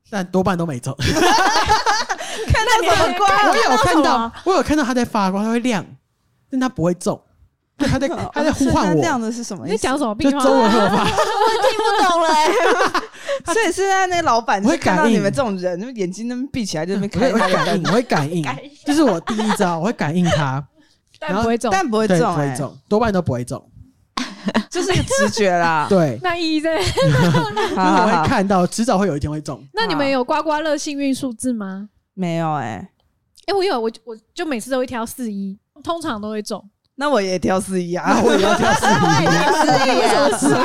但多半都没中。看到什么 光？我有看什到么，我有看到它在发光，它会亮，但它不会中，它在它在呼唤哦是那我这。样的是什么你意在思？讲什 么就病周围话？会有发，不懂了、 所以是在那个老板我会是看到感应你们这种人，那么眼睛那么闭起来，就在那我边会我开会感应，我会感应，这是我第一招，我会感应它，但不会中，但不会对，不中，会哎，中，多半都不会中，就是一个直觉 啦。对，那意义在？因为我会看到，迟早会有一天会中，那你们有刮刮乐幸运数字吗？没有哎，哎、我有，我就我就每次都会挑四一，通常都会中。那我也挑四一啊那，我也要挑四 一，是呀，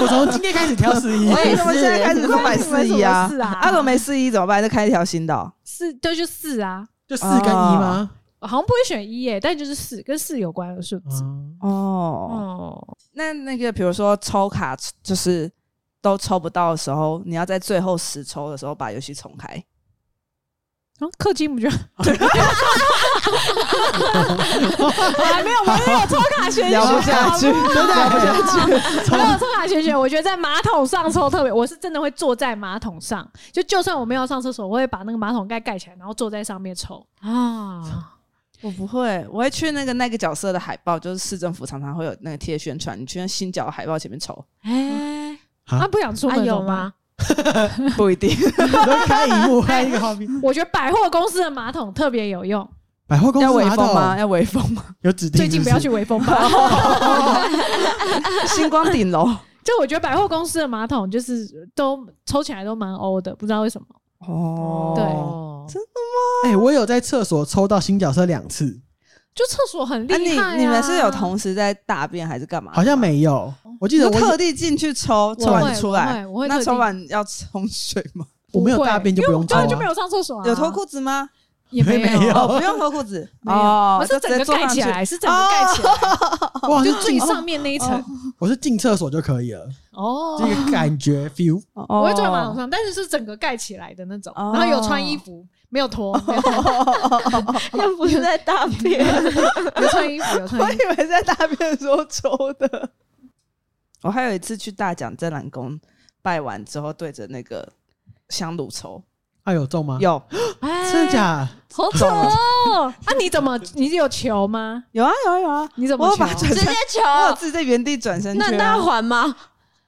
我从今天开始挑四一 我，也为什么现在开始都买四一啊关你们什么事？啊阿罗没四一怎么办？再开一条新的哦。四对，就四啊，就四跟一吗？我好像不会选一耶、但就是四，跟四有关的数字。嗯哦，哦，那那个比如说抽卡，就是都抽不到的时候，你要在最后十抽的时候把游戏重开。然后氪金不就？还啊没有，我没有抽卡选选，聊不下去，好啊吗真的聊不下去。没有抽卡选选。我觉得在马桶上抽特别，我是真的会坐在马桶上，就就算我没有上厕所，我会把那个马桶盖盖起来，然后坐在上面抽。啊， 我不会，我会去那个那个角色的海报，就是市政府常常会有那个贴宣传，你去那新角的海报前面 抽，哎、啊他、不想出啊门、有吗？？不一定。都开荧幕，开一个画面，我觉得百货公司的马桶特别有用，百货公要司微马风吗？桶要微风 吗？有指定，最近不要去，微风吧。 星光顶楼。就我觉得百货公司的马桶就是都抽起来都蛮欧的，不知道为什么。哦，哦，哎，我有在厕所抽到新角色两次，就厕所很厉那害、啊你你们是有同时在大便还是干嘛？好像。没有，我记得就我特地进去抽，我抽完会出来。，我会我会那特抽地完要冲水吗？我没有大便就不用因为抽我啊就没有上厕所、啊，有脱裤子吗？也没有，没有哦，不用脱裤 子没有哦我，是就直接整个坐盖上起去。来，是整个盖起来，哇，就是最进上面那一层。我是进厕所就可以了，哦，这个感觉 feel。我我会坐在马桶上，但是是整个盖起来的那种，哦然后有穿衣服，没有脱，没有脱哦 那不是在大便？有穿衣服，有穿我衣以服。为在大便的时候抽的。 我还有一次去大奖真兰宫拜完之后，对着那个香炉抽，啊，有中吗？，有哎真的？假？好丑哦！啊，你怎么？你有球吗？有啊有啊有啊，你怎我么有球把？转直接身，求，我有啊自己在原地转身那圈那要啊，还吗？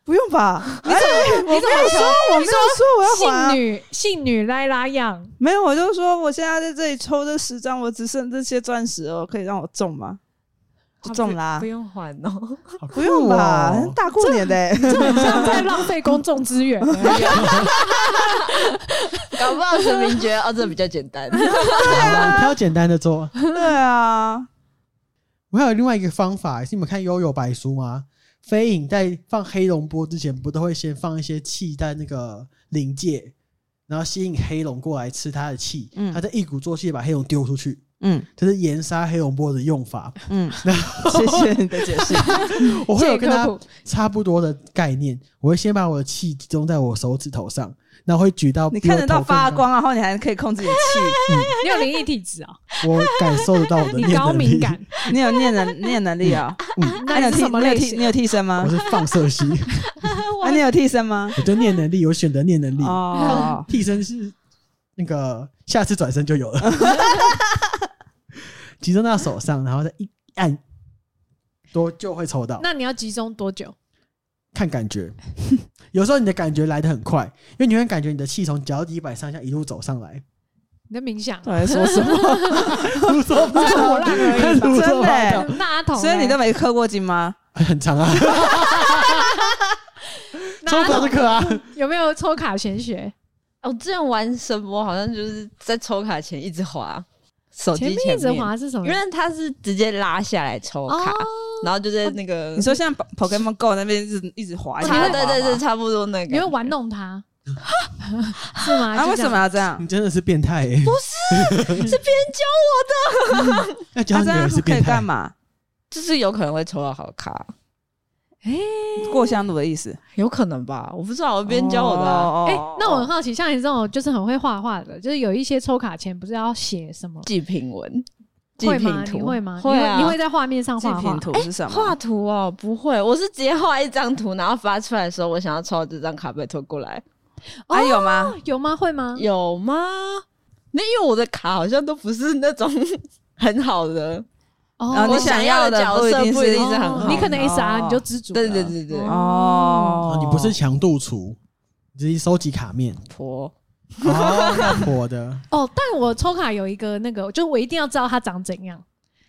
不用吧？ 你怎么我没有你怎么说，我没有说我要还啊性，女性女拉拉样，没有，我就说我现在在这里抽这十张，我只剩这些钻石了，可以让我中吗？就中啦、不用还哦。好酷不用吧哦，大过年的、 欸，这很像在浪费公众资源。搞不好神明觉 得哦，这比较简单。好啊吧，挑简单的做。对啊，我还有另外一个方法，是你们看《悠悠白书》吗？飞影在放黑龙波之前，不都会先放一些气在那个灵界，然后吸引黑龙过来吃它的气，嗯他再一鼓作气把黑龙丢出去，嗯这是岩杀黑龙波的 用法。嗯，谢谢你的解 释。我会有跟科他普，差不多的概念，我会先把我的气集中在我手指头上，然后会举到你比我看得到头更发高，光，然后你还可以控制你的气， 你有灵异体质啊，我感受得到我的你念高能力敏，感， 你有念能念能力啊、那那你是什么类你有替你型？有替身吗我？是放 射系，啊，你有替身吗？我就念能力，我选择念能力， 哦，替身是那个下次转身就有 了，集中到手上，然后再一按多就会抽到，那你要集中多久？看感觉。有时候你的感觉来得很快，因为你会感觉你的气从脚底板上下一路走上来，你的冥想到底在说什么？胡说八道， 而已吧胡真 说八道的，欸那阿童嘞，所以你都没氪过金吗？很长啊，那抽阿表童的课啊，有没有抽卡玄学？我哦之前玩神魔，好像就是在抽卡前一直滑手机前面一直，滑是什么？因为它是直接拉下来抽卡，哦然后就在那个哦你说像 Pokemon Go 那边一直一直滑，一直滑差，对对对，滑差不多那你会个。玩弄他， 是吗？啊，就为这什样么？要这样？你真的是变态欸，不是， 是别人教他我啊这的，要教样你是可变以干态，嘛？就是有可能会抽到好卡，过香炉的意思。有可能吧？我不知道，我别人教我的啊、哦哎、那我很好奇，像你这种就是很会画画的，就是有一些抽卡前不是要写什么？记品文、记会品吗？图你会吗？会你啊，你会在画面上祭画画品？图是什画么？图哦？不会，我是直接画一张图，然后发出来的时候，我想要抽到这张卡被拖过来，啊，有吗？有吗？会吗？有吗？那因为我的卡好像都不是那种 很好的，哦然后我你想想要要的的角不一色定不一是定是很好的。你可能 S R 哦你就知足了。对对对对，哦哦，你不是强度厨，你只是收集卡面，婆哦，那火的，哦，但我抽卡有一个那个，就是我一定要知道它长怎样。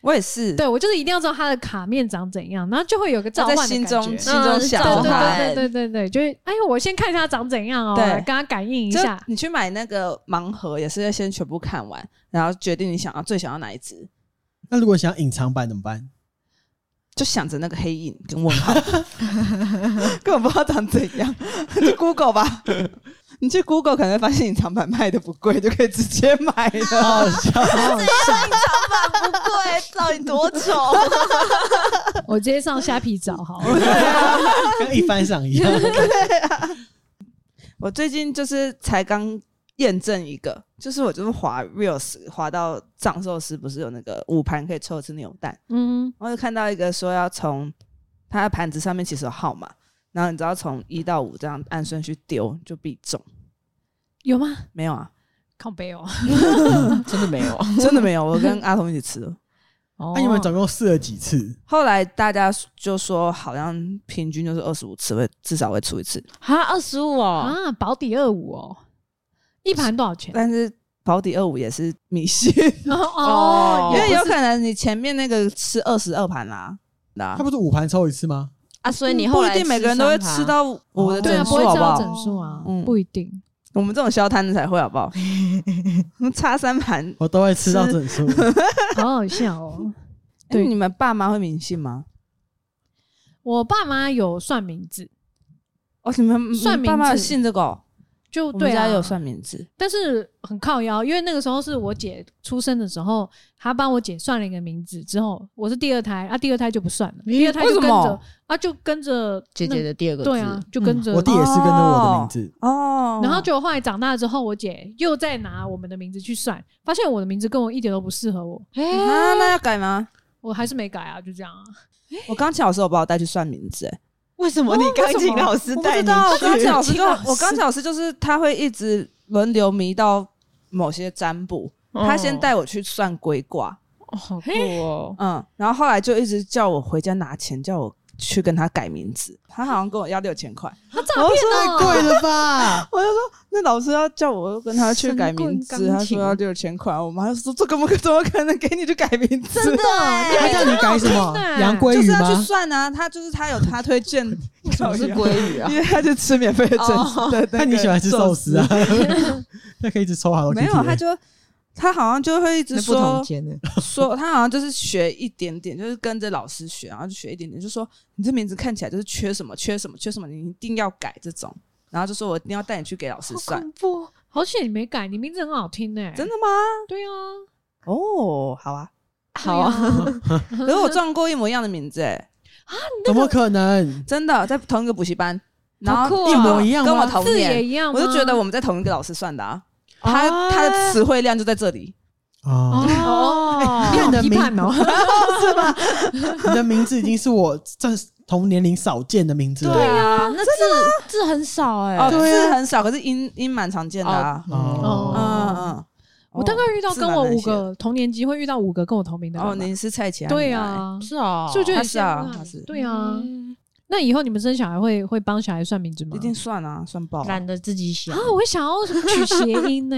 我也是。对，我就是一定要知道它的卡面长怎样，然后就会有个召我唤在的心感中觉。心中想召对唤它。对对对对对，就是哎呦，我先看一下它长怎样哦，对来跟它感应一就下。你去买那个盲盒，也是要先全部看完，然后决定你想要最想要哪一只，那如果想隐藏版怎么办？就想着那个黑影跟问 号，根本不知道长怎样， 去 Google 吧。你去 Google 可能会发现隐藏版卖的不贵，就可以直接买了。不对，到底多丑？我直接上虾皮找 好了。跟一番赏一样。我最近就是才刚验证一个，就是我就是滑 reels 滑到藏寿司，不是有那个午盘可以抽一次扭蛋，嗯，然后就看到一个说要从他的盘子上面其实有号码，然后你只要从一到五这样按顺序丢就必中，有吗？没有啊，靠背哦。 真的没有。真的没有，我跟阿童一起吃的。哦那你们总共试了几次？后来大家就说，好像平均就是二十五次会至少会出一次，哈，二十五哦，啊，保底二五哦，一盘多少钱？但是保底二五也是迷信，哦因为也有不是可能你前面那个吃二十二盘啦，啊那他不是五盘抽一次吗？啊，所以你嗯后不一来定每个人都会吃到五的对整啊，不数，会好知不道好？整数啊嗯，不一定。我们这种消摊的才会，好不 好？差三盘，我都会吃到整数。好好笑哦。对对你们爸妈会迷信吗？我爸妈有算名字，哦，你们算你爸妈名有字信这个哦？就我们对家啊，有算名字，但是很靠腰，因为那个时候是我姐出生的时候，她帮我姐算了一个名字之后，我是第二胎，啊，第二胎就不算了，第二胎就跟为什么嗯着啊，就跟着姐姐的，的第二个字，对啊，就跟着。我弟也是跟着我的名字，哦，然后就后来长大之后，我姐又再拿我们的名字去算，发现我的名字跟我一点都不适合我，嗯啊，那要改吗？我还是没改啊，就这样啊。我钢琴老师有把我带去算名字，哎，为什么你钢琴老师我不带知你道，我钢琴老师去就我钢琴老师就是他会一直轮流迷到某些占卜，哦他先哦带我去算龟卦，哦，好酷哦！嗯，然后后来就一直叫我回家拿钱，叫我去跟他改名字。他好像跟我要六千块，他诈哦，骗太了，贵了 吧？我就说那老师要叫我跟他去改名神字，棍他钢琴说要六千块，我妈就说这个不可怎么可能给你去改名字？啊真的，他哎叫你改什么？洋哦就鲑鱼是要去吗？算啊，他就是他有他推荐， 什么是鲑鱼 啊？因为他就吃免费的整哦 对，那你喜欢吃寿司啊？？那可以一直抽好了。没有，他就他好像就会一直那不同说间的，说，他好像就是学一点点，就是跟着老师学，然后就学一点点，就说你这名字看起来就是缺什么缺什么缺什么，你一定要改这种，然后就说我一定要带你去给老师好 算，恐怖哦！好险你没改，你名字很好听呢。真的吗？对啊，哦，好啊，好啊，可是我撞过一模一样的名字、哎，怎么可能？真的在同一个补习班，然好酷后哦一模一模一样吗跟我同字也年，一样吗，啊我就觉得我们在同一个老师算的啊，哦他他的词汇量就在这里。哦，哎哦，你很能批判明哦， 你的名字已经是我正同年龄少见的名字了。啊，那字字很少哎哦，对啊字很少，可是音音蛮常见的啊。哦，嗯哦，嗯，我大概遇到哦跟我是五。蛮难写的个同年级会遇到五个跟我同名的人吧哦，您是蔡琴？对，啊，是嗯啊，就觉得他是啊他是对啊。那以后你们生小孩会会帮小孩算名字吗？一定算啊，算爆啊。懒得自己想啊，我会想要取谐音呢、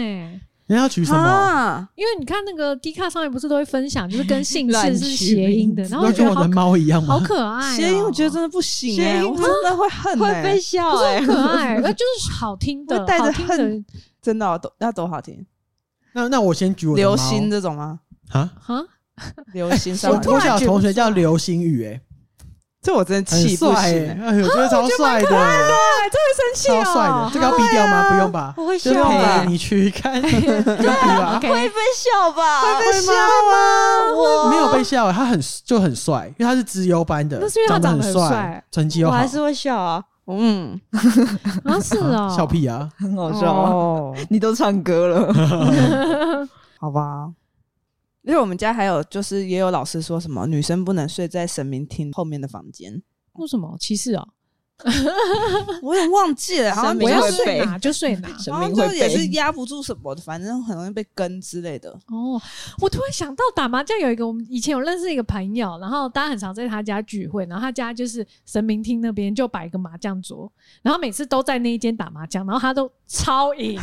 人家要取什么？啊？因为你看那个 D 卡上面不是都会分享，就是跟 姓乱氏取是谐音的，然后要觉跟得我好的猫一样好吗？可爱哦、谐音我觉得真的不行哎谐哎，音啊我真的会恨会被哎，笑不是哎 很，可爱，呃，就是好听的，会带着好听的恨真的哦都要多好听。那那我先举我的猫流星这种吗？啊！啊，流 星上我来，我小同学叫流星雨，哎，这我真的很气不帅行哎，哎。哎呦我觉得超帅的，气超帅的，这个要逼掉吗？不用吧，我会就笑陪吧，你去看， 不用逼吧。会被笑吧，被笑吗？我没有被笑欸，他很就很帅，因为他是资优班的，那是因为他长长得很很帅帅，成绩又我好还，是会笑啊，嗯，啊是哦、 笑屁啊！很好笑啊。哦，你都唱歌了，好吧。因为我们家还有就是也有老师说什么女生不能睡在神明厅后面的房 间，为什么歧视哦、我也忘记了，好像神明我会要比较睡背哪就睡哪。神好明像就会是也是背。压不住什么的，反正很容易被跟之类的。哦，我突然想到打麻将有一个，我们以前有认识一个朋友，然后大家很常在他家聚会，然后他家就是神明厅那边就摆一个麻将桌，然后每次都在那一间打麻将，然后他都超赢。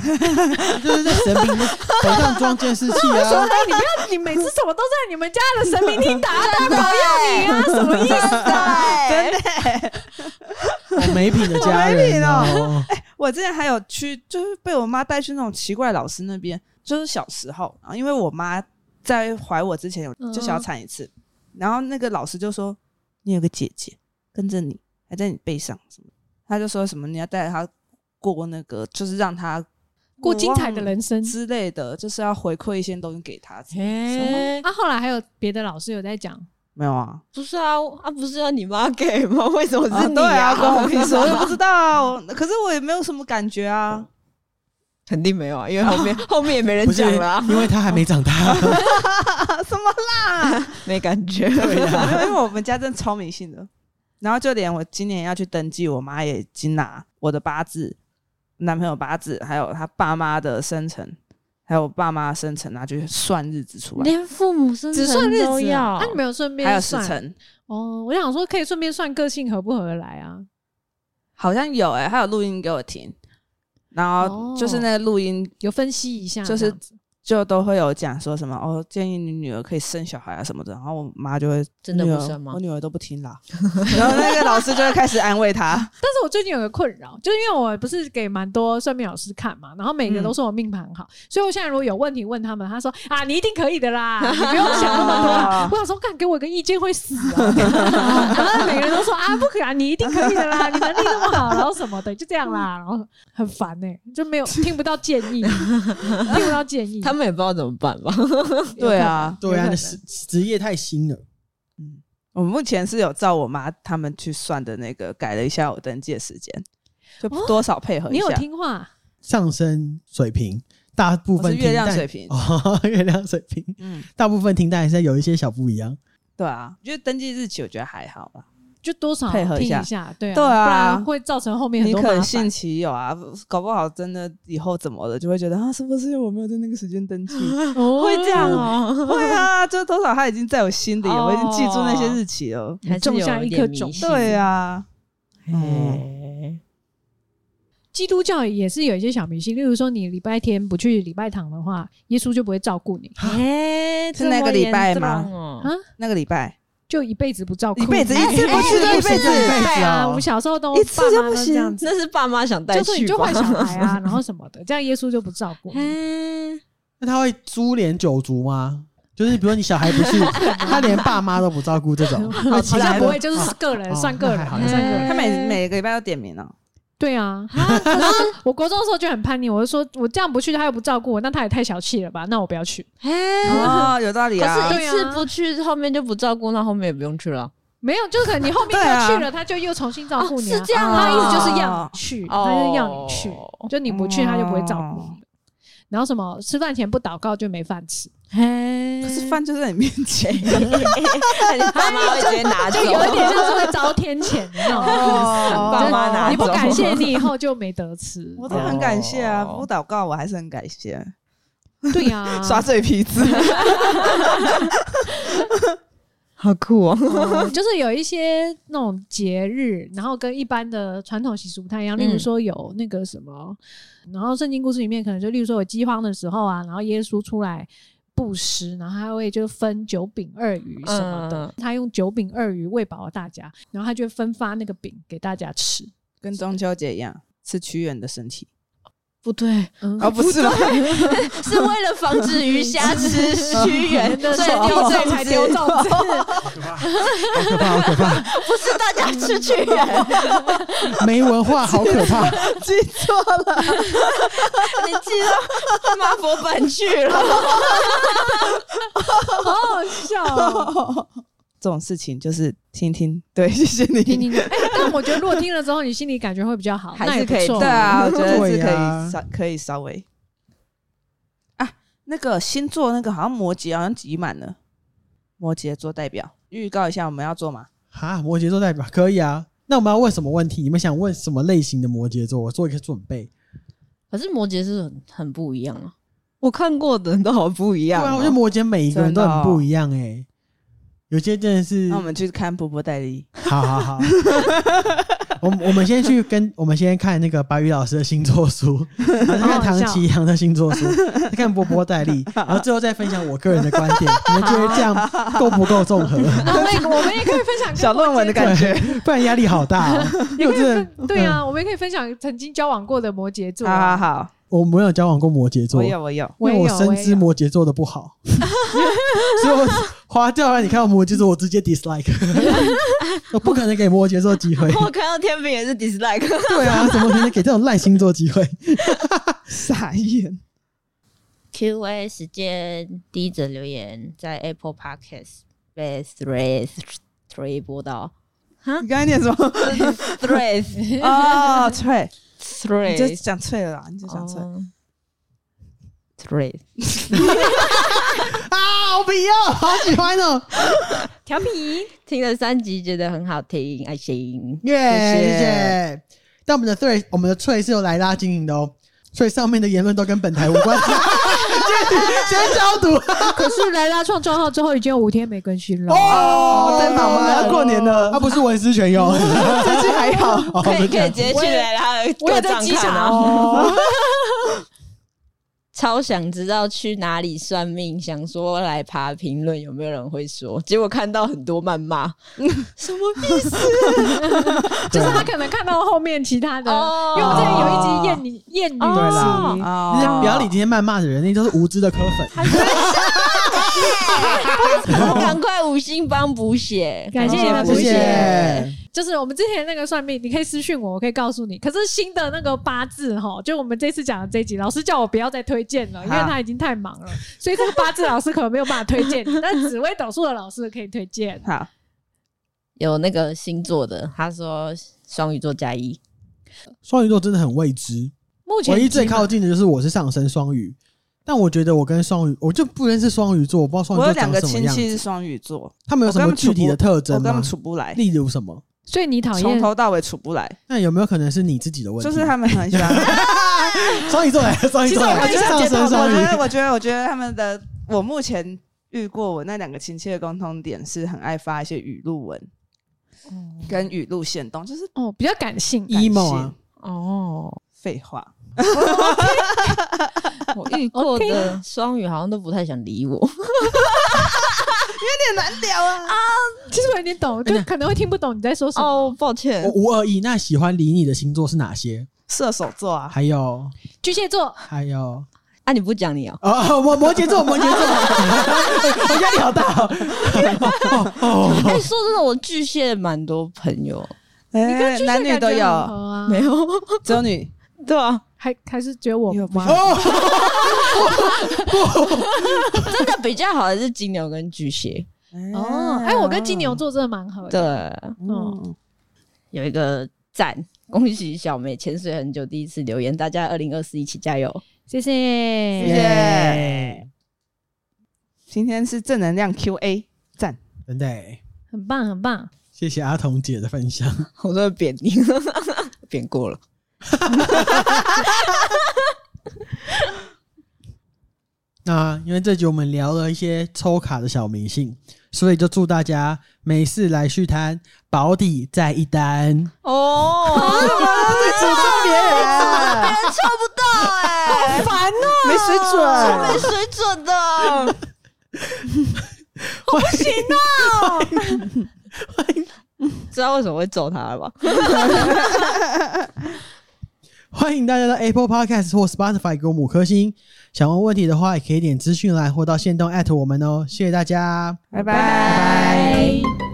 就是在神明头上装监视器说：“ 啊哎，，你不要，你每次怎么都在你们家的神明厅打，大保佑你啊，什么意思 啊？真的，好没品的家好没品人哦哦。我之前还有去，就是被我妈带去那种奇怪老师那边，就是小时候啊，因为我妈在怀我之前有嗯就小产一次，然后那个老师就说你有个姐姐跟着你，还在你背上什么，他就说什么你要带她过那个，就是让她过精彩的人生。之类的，就是要回馈一些东西给她。”哎，啊，后来还有别的老师有在讲，没有 啊，不是啊，啊不是啊，你妈给吗？ 为什么啊是你对 啊，关我屁事，我也不知道。可是我也没有什么感觉啊。 肯定没有啊，因为后 面后面也没人不是讲了啊，，因为他还没长大。什么啦？没感觉。对啊 呀，因为我们家真的超迷信的，然后就连我今年要去登记，我妈也已经拿我的八字、男朋友八字，还有他爸妈的生辰，还有我爸妈的生辰拿去算日子出来，连父母生只算日辰都子要啊，啊，你没有顺还有便时算辰，哦。我想说可以顺便算个性合不合得来啊。好像有哎、欸，还有录音给我听，然后就是哦那个录音有分析一下这就样是子，就都会有讲说什么哦，建议你女儿可以生小孩啊什么的，然后我妈就会真的不女儿生吗我女儿都不听啦， 然后那个老师就会开始安慰 她，但是我最近有个困扰，就是因为我不是给蛮多算命老师看嘛，然后每个嗯都说我命盘很好，所以我现在如果有问题问他们，他说啊，你一定可以的 啦，你不用想那么多啦。我想说，干给我个意见会死 啊！然后每个人都说啊，不可以啊，你一定可以的啦，你能力那么好，然后什么的，就这样 啦，然后很烦呢、欸就没有听不到建议，听不到建议。他们也不知道怎么办吧？对啊，对有可啊，能那职职业太新了。我目前是有照我妈他们去算的那个改了一下我登记的时间，就哦多少配合一下。你有听话？上升水平，大部我分是月亮停水但平， 哦，月亮水平，嗯，大部分听但还是有一些小不一样。对啊，因为登记日期我觉得还好吧。就多少配合一听下下，对啊，对啊不然会造成后面很你多可麻能烦信。其有啊，搞不好真的以后怎么了，就会觉得啊，是不是我没有在那个时间登 记？哦会这样 会啊，就多少他已经在我心里了，我已经记住那哦些日期了。还是种下有一点颗迷种信对啊，嗯，哎基督教也是有一些小迷信，例如说你礼拜天不去礼拜堂的话，耶稣就不会照顾你 哎，是那个礼拜吗啊吗？，那个礼拜就一辈子不照顾你，一辈子一次 哎不去哎一辈子哎 对啊！哦我小时候都一次爸妈就都不这样行子，那是爸妈想带就说你去就吧换？小孩啊，然后什么的，这样耶稣就不照 顾你。哎那他会株连九族吗？就是比如你小孩 不是，他连爸妈都不照顾这种，好像不会，哦就是个人哦算个那人，还好算个人。他每每个礼拜要点名 哦。对啊，然后 我国中的时候就很叛逆，我就说我这样不去，他又不照顾我，那他也太小气了吧？那我不要去。哎，哦，有道理可啊是。对一啊次不去，后面就不照顾，那后面也不用去 了。没有，就是可能你后面对啊又去了，他就又重新照顾你、啊哦是这样他啊意思就是要你去，哦他就是要你去，就你不去，他就不会照顾哦你。然后什么吃饭前不祷告就没饭吃，哎，可是饭就在你面 前，你爸妈会直接拿走就，有一点像是会遭天谴的那种意思。哦 爸妈拿走你不感 谢你以后就没得吃，我都很感谢啊，哦不祷告我还是很感谢， 对啊呀、 耍嘴皮子。 好酷哦！嗯就是有一些那种节日，然后跟一般的传统习俗不太一样。例如嗯说有那个什么，然后圣经故事里面可能就例如说有饥荒的时候啊，然后耶稣出来布施，然后他会就分九饼二鱼什么的，嗯他用九饼二鱼喂饱了大家，然后他就会分发那个饼给大家吃。 跟中秋节一样，吃屈原的身体。不对，嗯， 哦，不是吗？ 是为了防止鱼虾吃屈 原的，所所以以丢丢这粽才子丢粽子，好可怕，好 可怕，不 是大家吃屈原，没文化，好可怕。记 错了， 你记到妈佛本去了。好好笑 哦。这种事情就是听听。对，谢谢你。听听听，哎、但我觉得如果听了之后，你心里感觉会比较好，还哦那也是不可以错对啊，我觉得是对可啊以稍可以稍微啊，那个星座那个好像摩羯好像挤满了，摩羯座代表预告一下我们要做吗？哈，摩羯座代表可以啊。那我们要问什么问题？你们想问什么类型的摩羯座？我做一个准备。 可是摩羯是很很不一样啊，我看过的人都好不对一样啊，我哦觉得摩羯每一个人都真的很哦不一样哎、有些真的是那我，们去看波波戴利。好好好。我们我们先去跟我们先看那个白宇老师的星座 书，然后再看唐奇阳的星座书，再看波波 戴利，然后最后再分享我个人的观点。你们觉得这样够不够 综合？那我们也我们也可以分 享跟小论文的感觉，不然压力好大、哦。因为我可以真的分对啊，我们也可以分享曾经交往过的摩羯座。好啊好啊好，我没有交往过摩羯座我，有我有，我因也为有，我深也知有摩羯座的不好， 所以我划掉了。你看到摩羯座，我直 接 dislike，我不可能给摩羯座机会。 我看到天平也是 dislike，对啊，怎么可能给这种烂星座机会？傻眼。 Q&A 时间，第一则留言在 Apple Podcast 被 Threads 推播 到 你刚才念什 么？ Threads 哦，脆，你就 Threads 讲脆了啦，你就讲哦脆。哦 Threads 啊，我不要，好喜欢哦！调皮，听了三集觉得很好听，爱心耶、谢谢谢。但我们的 Three，我们的 Three 是由莱拉经营的哦，所以上面的言论都跟本台无关。先先消毒。可是莱拉创账号之后已经有五天没更新了。哦，真的吗？真的要过年了啊他，不是文思 泉哟，最近还好。哦可以可以直接去了他的我也在各账机看场啊！哦， 超想知道去哪里算命，想说来爬评论有没有人会说，结果看到很多谩 骂，什么意思？哦就是他可能看到后面其他的，哦因为我之前有一集艳女艳女对啦集你哦不要理今天谩骂的人，那都是无知的科粉。赶快五星帮补血，感谢你们补补血谢。就是我们之前那个算命，你可以私信我，我可以告诉你。可是新的那个八字哈，就我们这次讲的这一集，老师叫我不要再推荐了，因为好他已经太忙了，所以这个八字老师可能没有办法推荐你。但紫微斗数的老师可以推荐。好，有那个星座的，他说双鱼座加一，双鱼座真的很未知，目前唯一最基本靠近的就是我是上升双鱼，但我觉得我跟双鱼，我就不认识双鱼座，我不知道双鱼我有座两长个什么亲样戚子。是双鱼座，他们有什么具体的特我征根吗本？处不来。例如什么？所以你讨从厌头到尾处不来，那有没有可能是你自己的问题？就是他们很喜欢。 双鱼座 来，双鱼其实座我来，觉得，上我觉升得，双我鱼觉得，我觉得，我觉得他们的，我目前遇过我那两个亲戚的共通点是很爱发一些语录文跟语录线动，就是哦，比较 感性 emo 啊，哦，废话。 我遇过的双鱼好像都不太想理我，有点难聊啊。其实我有点懂，哎就可能会听不懂你在说什么。哦，抱歉我，无二意。那喜欢理你的星座是哪些？射手座啊，还有，巨蟹座，还有，啊，你不讲你哦，哦，摩摩羯 座，摩羯座，我压力好大哦。哦 哎、说真的，我巨蟹蛮多朋友，哎巨蟹男女感觉都很有，合啊，没有，只有女。对啊，还还是只有我你有不吗？哦真的比较好的是金牛跟巨蟹，哦，哎，我跟金牛，座真的蛮合对的。，嗯，有一个赞。恭喜小美潜水很久，第一次留言，大家二零二四一起加油！谢谢谢谢。今天是正能量 Q&A，赞。真的耶，很棒很棒。谢谢阿童姐的分享。我说贬你， 贬过了。那因为这集我们聊了一些抽卡的小迷信，所以就祝大家每次来续摊保底再一单。哦，哎干嘛在诅咒别人？抽不到 哎、烦啊！没水没准。水准 的。不行哦 知道为什么会揍他了吧？欢迎大家到 Apple Podcast 或 Spotify 给我们五颗星。想问问题的话，也可以点资讯栏或到线动 at 我们哦。谢谢大家。拜拜。拜。